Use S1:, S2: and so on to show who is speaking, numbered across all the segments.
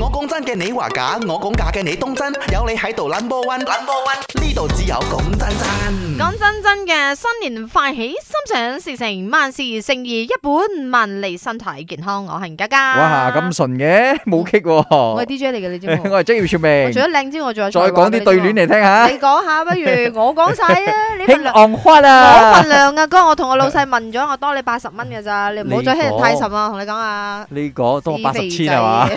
S1: 我講真嘅，你話假；我講假嘅，你當真。有你喺度 number one，number one 呢度只有講真真。
S2: 講真真嘅，新年快喜，心想事成，萬事勝意，一本萬利，身體健康。我係家家。
S3: 哇，咁純嘅，冇棘喎。
S2: 我
S3: 我
S2: 係 DJ 嚟嘅，你知冇？
S3: 係職業說
S2: Ừ. 我除
S3: 明，
S2: 咗靚之外，仲有
S3: 再
S2: 才華
S3: 講
S2: 嘅
S3: 啲對聯嚟聽下。
S2: 你講下，不如我講晒啊！你份
S3: 興
S2: 量，
S3: 昂花
S2: 我
S3: 啊
S2: 份！量啊哥，我同我老細問咗，我多你八十蚊嘅咋，你唔好再欺人太甚啊！我同你講啊，
S3: 呢個多八十
S2: 肥
S3: 千
S2: 仔
S3: 係 嘛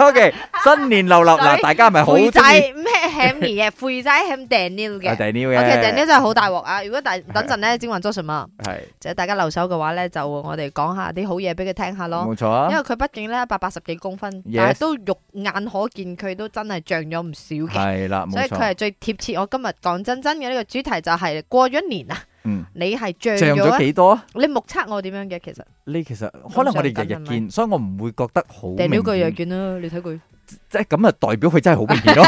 S3: ？OK，新年流流嗱，
S2: Sorry，
S3: 大家咪好中
S2: 肥
S3: 意
S2: 仔咩 ham 嘅，肥仔 ham Daniel
S3: 啊
S2: 嘅。
S3: Daniel 嘅
S2: OK，Daniel 真係好大鑊啊！如果大等陣咧，精雲捉什麼？
S3: 係
S2: 即係大家留守嘅話咧，就我哋講下啲好嘢俾佢聽下咯。
S3: 冇錯
S2: 因為
S3: 啊，
S2: 佢畢竟咧一百八十幾公分
S3: Yes
S2: 但係都肉眼可見佢都真係漲咗唔少嘅。
S3: 係啦，
S2: 所
S3: 冇
S2: 以佢係
S3: 錯，
S2: 最貼切。我今日講真真嘅呢個主題就係過咗年啊，
S3: 嗯，
S2: 你係漲
S3: 漲
S2: 咗
S3: 咗
S2: 啊，
S3: 幾多啊？
S2: 你目測我點樣嘅其實？
S3: 呢其實可能我哋日
S2: 上緊係
S3: 日
S2: 咪
S3: 見，所以我唔會覺得好
S2: 掟咗
S3: 明
S2: 佢又
S3: 顯，
S2: 見啦，你睇佢。
S3: 即係咁啊，代表佢真係好明顯 咯，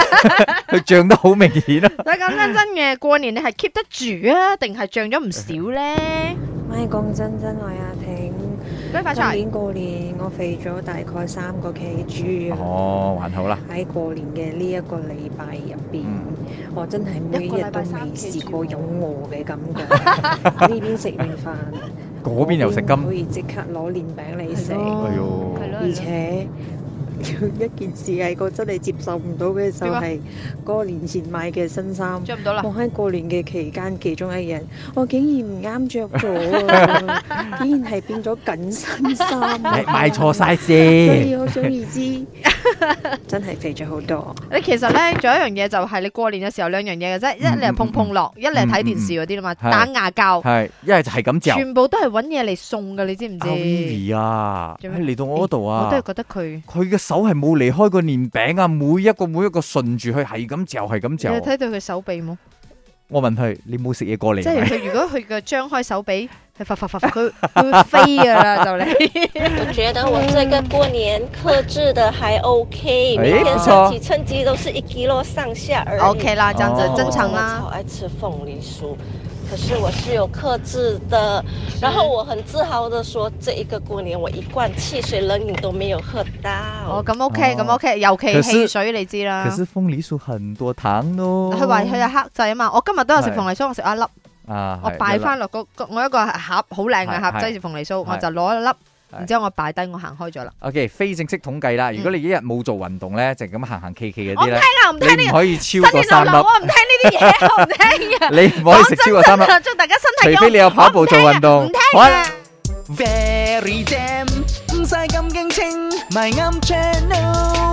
S3: 佢漲得好明顯咯。
S2: 但係講真真嘅，過年你係 keep 得住啊，定係漲咗唔少咧？
S4: 咪講真真我阿婷，
S2: 恭喜發
S4: 今
S2: 財！
S4: 年過年我肥咗大概三個 kg
S3: 哦，還好啦，
S4: 喺過年嘅呢一個禮拜入邊，
S3: 嗯
S4: 我真係每
S2: 一個
S4: 日
S2: 禮
S4: 都
S2: 拜三
S4: 未
S2: kg
S4: 試過有餓嘅感 覺。呢邊食完飯，
S3: 嗰邊又食金
S4: 嗰邊，可以即刻攞年餅你食，
S2: 咯
S3: 哎呦
S2: 係咯
S4: 而且 有一件事係我真係接受唔到嘅就
S2: 點啊
S4: 係過年前買嘅新衫。
S2: 着唔到啦
S4: 我，喺過年嘅期間，其中一日我竟然唔啱着咗啊，竟然係變咗緊身衫 啊。
S3: 你買錯晒
S4: 所
S3: 先
S4: 以。可想而知，真係肥咗好多。
S2: 你其實咧，仲有一樣嘢就係你過年嘅時候兩樣嘢嘅啫，
S3: 嗯
S2: 一嚟係碰碰樂，一嚟係睇電視嗰啲啦嘛，
S3: 嗯嗯
S2: 打牙教，
S3: 系，一系就系嗯咁嚼。
S2: 全部都係揾嘢嚟送嘅，你知唔
S3: 阿
S2: 知？
S3: Vivi 啊，
S2: 做
S3: 佢
S2: 咩
S3: 嚟到我嗰度
S2: 我
S3: 啊
S2: 都，係覺得佢，
S3: 佢嘅手係冇離開個年餅啊，每一個每一個順住佢係咁嚼，係咁
S2: 你有
S3: 嚼。
S2: 睇到佢手臂冇？
S3: 我問佢：你冇食嘢過嚟
S2: 即係
S3: 咪？
S2: 佢如果佢嘅張開手臂，佢發發發發， 佢佢會飛噶啦就嚟。
S5: 我觉得我这个过年克制的还 OK，
S3: 哎
S5: 每天
S3: 不错
S5: 身体称斤都是一 kilo 上下而已。
S2: OK 啦，這樣
S3: 哦
S2: 子正常
S5: 我超
S2: 啦。
S5: 爱吃凤梨酥，可是我是有克制的。然后我很自豪的说，这一个过年我一罐汽水冷饮都没有喝到。
S2: 哦，咁 OK，咁 OK，尤
S3: 可
S2: 其
S3: 是
S2: 汽水你知啦
S3: 可。是鳳梨酥很多糖咯。
S2: 佢話佢係黑仔啊嘛，我今日都有食
S3: 係
S2: 鳳梨酥，我食咗一粒，
S3: 啊，
S2: 我
S3: 係
S2: 擺
S3: 一粒
S2: 翻落個個我一個盒好靚嘅
S3: 係
S2: 盒
S3: 係
S2: 擠住鳳梨酥，我
S3: 係
S2: 就攞一粒，然
S3: 係
S2: 之後我擺低，我行開咗啦。
S3: OK，非正式統計啦。如果你一日冇做運動咧，就咁行行企企嗰啲咧，
S2: 我唔聽
S3: 你唔
S2: 呢
S3: 可以超
S2: 個新
S3: 過
S2: 年流
S3: 三
S2: 流，
S3: 粒，
S2: 我唔聽呢啲嘢，我唔聽嘅。
S3: 你唔可以食超過三粒，
S2: 啊，祝大家身體
S3: 除非你有跑步做運動。
S2: 啊
S3: 好啊啦
S1: Very jam，唔使咁驚青，咪啱 channel。